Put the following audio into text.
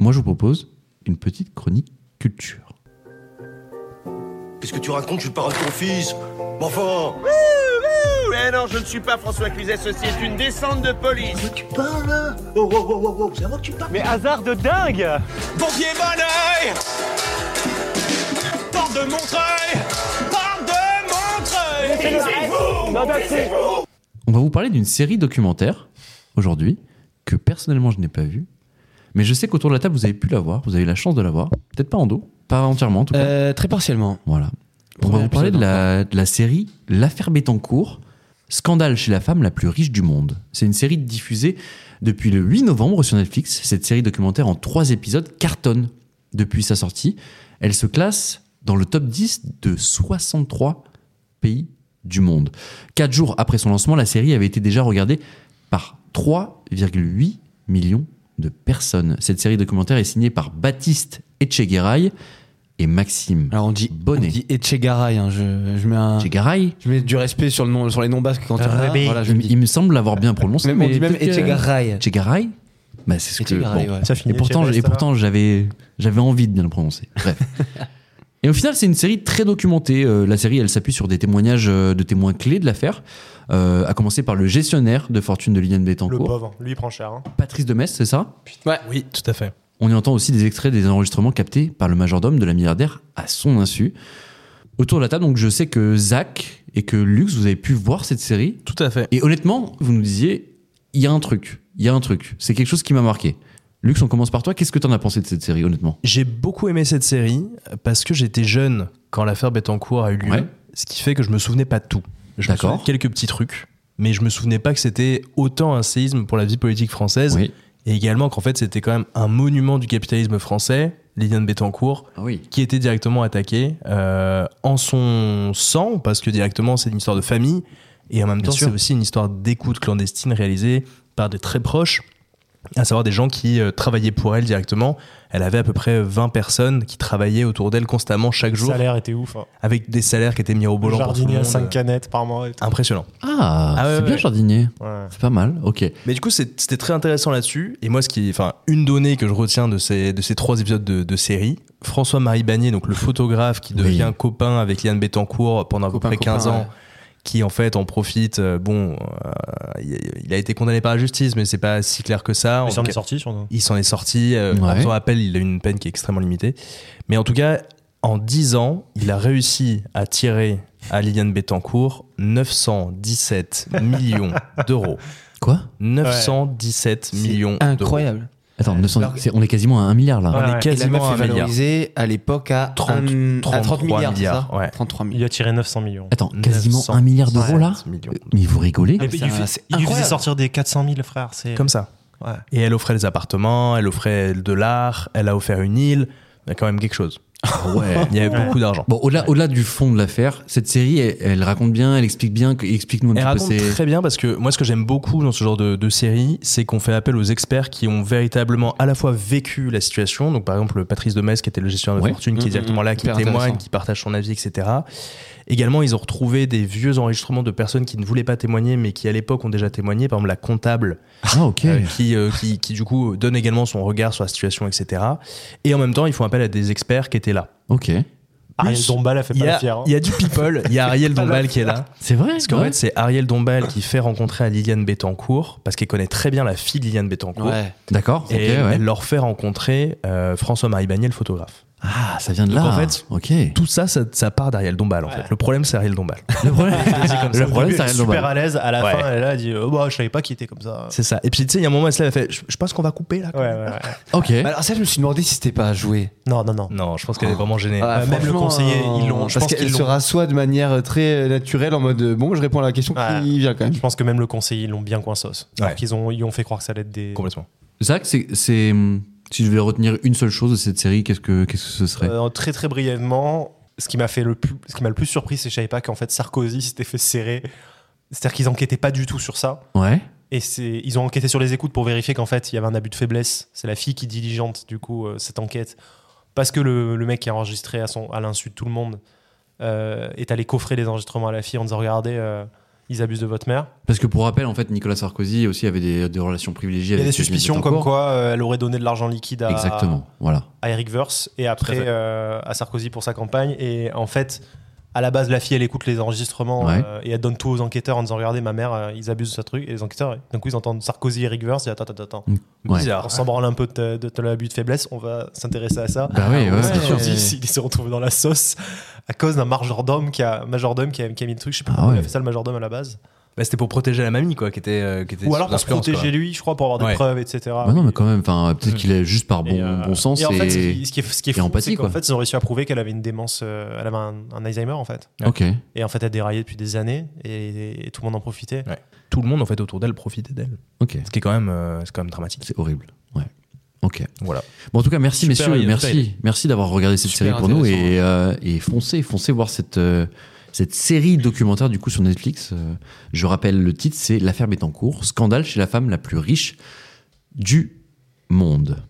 Moi, je vous propose une petite chronique culture. Qu'est-ce que tu racontes Je suis le parrain de ton fils. Mais enfin Eh non, je ne suis pas François Cluzet, ceci est une descente de police. Mais tu parles Oh, oh, oh, oh, oh, c'est à moi que tu parles Mais hasard de dingue Pompier Bonneuil Porte de Montreuil Porte de Montreuil On va vous parler d'une série documentaire aujourd'hui que personnellement je n'ai pas vue, mais je sais qu'autour de la table vous avez pu la voir, vous avez eu la chance de la voir, peut-être pas en dos, pas entièrement en tout cas. Euh, très partiellement. Voilà. On va Premier vous parler de épisode, la, de la série L'affaire Bettencourt, scandale chez la femme la plus riche du monde. C'est une série diffusée depuis le 8 novembre sur Netflix. Cette série documentaire en trois épisodes cartonne depuis sa sortie. Elle se classe dans le top 10 de 63 pays du monde. Quatre jours après son lancement, la série avait été déjà regardée par 3,8 millions de personnes. Cette série documentaire est signée par Baptiste Etchegueray et Maxime. Alors on dit Bonnet. On dit Etchegaray. hein, Je, je mets un- Etchegaray je mets du respect sur le nom, sur les noms basques quand on Ah, mais voilà, je il, le dis. il me semble l'avoir bien prononcé. Même- on dit même peut-être que- Etchegaray. Etchegaray bah, c'est ce que. Etchegaray, bon. ouais. Ça finit. Et pourtant, chez et Bastard. pourtant, j'avais, j'avais envie de bien le prononcer. Bref. Et au final, c'est une série très documentée. Euh, la série, elle s'appuie sur des témoignages euh, de témoins clés de l'affaire, euh, à commencer par le gestionnaire de fortune de Liliane le Bettencourt, pauvre, lui il prend cher. hein. Patrice de Metz, c'est ça Oui, tout à fait. on y entend aussi des extraits des enregistrements captés par le majordome de la milliardaire à son insu. Autour de la table, donc je sais que Zach et que Lux, vous avez pu voir cette série. Tout à fait. Et honnêtement, vous nous disiez, il y a un truc, il y a un truc. C'est quelque chose qui m'a marqué. Lux, on commence par toi. Qu'est-ce que t'en as pensé de cette série, honnêtement J'ai beaucoup aimé cette série euh, parce que j'étais jeune quand l'affaire Bettencourt a eu lieu, Ouais. ce qui fait que je me souvenais pas de tout. Je me D'accord. souvenais de quelques petits trucs, mais je me souvenais pas que c'était autant un séisme pour la vie politique française Oui. et également qu'en fait c'était quand même un monument du capitalisme français, Liliane Bettencourt, Ah oui. qui était directement attaquée euh, en son sang parce que directement c'est une histoire de famille et en même Bien temps sûr. c'est aussi une histoire d'écoute clandestine réalisée par des très proches à savoir des gens qui euh, travaillaient pour elle directement. Elle avait à peu près 20 personnes qui travaillaient autour d'elle constamment chaque Le jour, salaire était ouf. hein. avec des salaires qui étaient mirobolants pour tout le Jardinier à monde. 5 canettes par mois. et tout. Impressionnant. Ah, Ah ouais, c'est ouais, bien ouais. jardinier. Ouais. C'est pas mal, ok. Mais du coup, c'est- c'était très intéressant là-dessus. Et moi, ce qui, enfin, une donnée que je retiens de ces, de ces trois épisodes de, de série, François-Marie Bagné, donc le photographe qui Oui. devient copain avec Liane Bettencourt pendant à peu Copain, près 15 copain, ans, ouais. qui en fait en profite. euh, bon, euh, il, il a été condamné par la justice, mais c'est pas si clair que ça. En Mais ça en tout est cas, sorti, sur il s'en est sorti. Euh, Ouais. En faisant appel, il a eu une peine qui est extrêmement limitée. Mais en tout cas, en 10 ans, il a réussi à tirer à Liliane Bettencourt 917 millions d'euros. Quoi 917 millions d'euros. Incroyable. Attends, 900 Alors- c'est- on est quasiment à un milliard là. Ouais. On est Et la meuf quasiment à est un milliard. valorisée à l'époque à 30, 30, 33 milliards. c'est milliards, ça ouais. 33 milliards. Il a tiré 900 millions. Attends, quasiment un milliard d'euros là 917 millions. Mais vous rigolez mais il, c'est lui un- fait- c'est il lui faisait incroyable. sortir des 400 000, frère. C'est Comme ça. Ouais. Et elle offrait les appartements, elle offrait de l'art, elle a offert une île. Il y a quand même quelque chose. Ouais. Il y avait Ouais. beaucoup d'argent. Bon, au-delà au-delà du fond de l'affaire, cette série, elle, elle raconte bien, elle explique bien, que- explique-nous un Elle petit peu raconte ses... très bien parce que moi, ce que j'aime beaucoup dans ce genre de, de série, c'est qu'on fait appel aux experts qui ont véritablement à la fois vécu la situation. Donc, par exemple, Patrice Demes, qui était le gestionnaire de Ouais. fortune, qui Mhm, est directement là, qui hyper témoigne, intéressant. qui partage son avis, etc. Également, ils ont retrouvé des vieux enregistrements de personnes qui ne voulaient pas témoigner, mais qui à l'époque ont déjà témoigné. Par exemple, la comptable Ah, ok. euh, qui, euh, qui, qui, du coup donne également son regard sur la situation, etc. Et en même temps, ils font appel à des experts qui étaient là. Ok. Ariel Plus, Dombal a fait Il pas y, la a, fière. hein. il y a du people, il y a Ariel Dombal qui est là. C'est vrai Parce qu'en ouais. fait, c'est Ariel Dombal qui fait rencontrer à Liliane Bettencourt, parce qu'elle connaît très bien la fille de Liliane Oh. Bettencourt. Ouais. D'accord, Et ok, ouais. elle leur fait rencontrer euh, François-Marie Bagné, le photographe. Ah, ça vient de Donc, là. en fait, ok. Tout ça, ça, ça part d'Ariel Dombal, en fait. Le problème, c'est Ariel Dombal. Le problème, le problème c'est elle est Ariel super Dombal. à l'aise. À la Ouais. fin, elle est là, elle dit oh, bah, Je savais pas qu'il était comme ça. C'est ça. Et puis, tu sais, il y a un moment, elle se lève, elle fait Je je pense qu'on va couper là. quand Ouais, ouais, même. ouais. Ok. Mais Bah, Alors ça, je me suis demandé si c'était pas à jouer. Non, non, non. Non, je pense Oh. qu'elle est vraiment gênée. Ah, même le franchement, conseiller, euh, ils l'ont- je Parce pense qu'elle qu'ils se l'ont- rassoit de manière euh, très naturelle, en mode euh, bon, je réponds à la question Ouais. qui vient quand même. Je pense que même le conseiller, ils l'ont bien coinsos. Ouais. Ils, ont, ils ont fait croire que ça allait être des. Complètement. Zach, c'est, c'est- si je devais retenir une seule chose de cette série, qu'est-ce que, qu'est-ce que ce serait Euh, très très brièvement, ce qui m'a fait le plus, ce qui m'a le plus surpris, c'est que je savais pas qu'en fait Sarkozy s'était fait serrer. C'est-à-dire qu'ils enquêtaient pas du tout sur ça. Ouais. Et c'est, ils ont enquêté sur les écoutes pour vérifier qu'en fait il y avait un abus de faiblesse. C'est la fille qui diligente du coup euh, cette enquête parce que le, le mec qui a enregistré à son à l'insu de tout le monde euh, est allé coffrer les enregistrements à la fille en disant regardez. euh, Ils abusent de votre mère. Parce que pour rappel, en fait, Nicolas Sarkozy aussi avait des, des relations privilégiées Il y a avec des Geneviève suspicions comme Bettencourt. quoi euh, elle aurait donné de l'argent liquide à, Exactement, voilà. à Eric Verse et après fait. euh, à Sarkozy pour sa campagne. Et en fait, à la base, la fille, elle écoute les enregistrements Ouais. euh, et elle donne tout aux enquêteurs en disant Regardez, ma mère, euh, ils abusent de ce truc. Et les enquêteurs, d'un coup, ils entendent Sarkozy et Eric Verse et attends, attends, attends. Ouais. Bizarre. On s'en branle un peu de, ta- de ton abus de faiblesse, on va s'intéresser à ça. Bah oui, ouais, Parce que bien sûr. Sarkozy, s'il s'est retrouvé dans la sauce à cause d'un majordome qui a, majordome qui a, qui a mis le truc. Je sais pas Ah pourquoi il ouais. a fait ça, le majordome à la base. Bah, c'était pour protéger la mamie, quoi, qui était. euh, qui était Ou sous alors pour se l'influence, protéger quoi. lui, je crois, pour avoir des Ouais. preuves, etc. Bah non, mais quand même, enfin, peut-être qu'il est juste par bon, Ah, Et, euh, bon sens. et en fait, ce et- qui, ce qui est, ce qui est et fou, empathie, c'est quoi. qu'en fait, ils ont réussi à prouver qu'elle avait une démence, euh, elle avait un, un Alzheimer en fait. Ok. Et en fait, elle déraillait depuis des années et, et tout le monde en profitait. Tout le monde, en fait, autour d'elle profitait d'elle. Ok. Ce qui est quand même, euh, c'est quand même dramatique. C'est horrible. Ouais. Ok. Voilà. Bon, en tout cas, merci Super messieurs, idée, super merci, merci d'avoir regardé cette Super série pour nous intéressant. hein. et, euh, et foncez, foncez voir cette euh, cette série documentaire du coup sur Netflix. Euh, je rappelle le titre, c'est L'affaire Bettencourt, scandale chez la femme la plus riche du monde.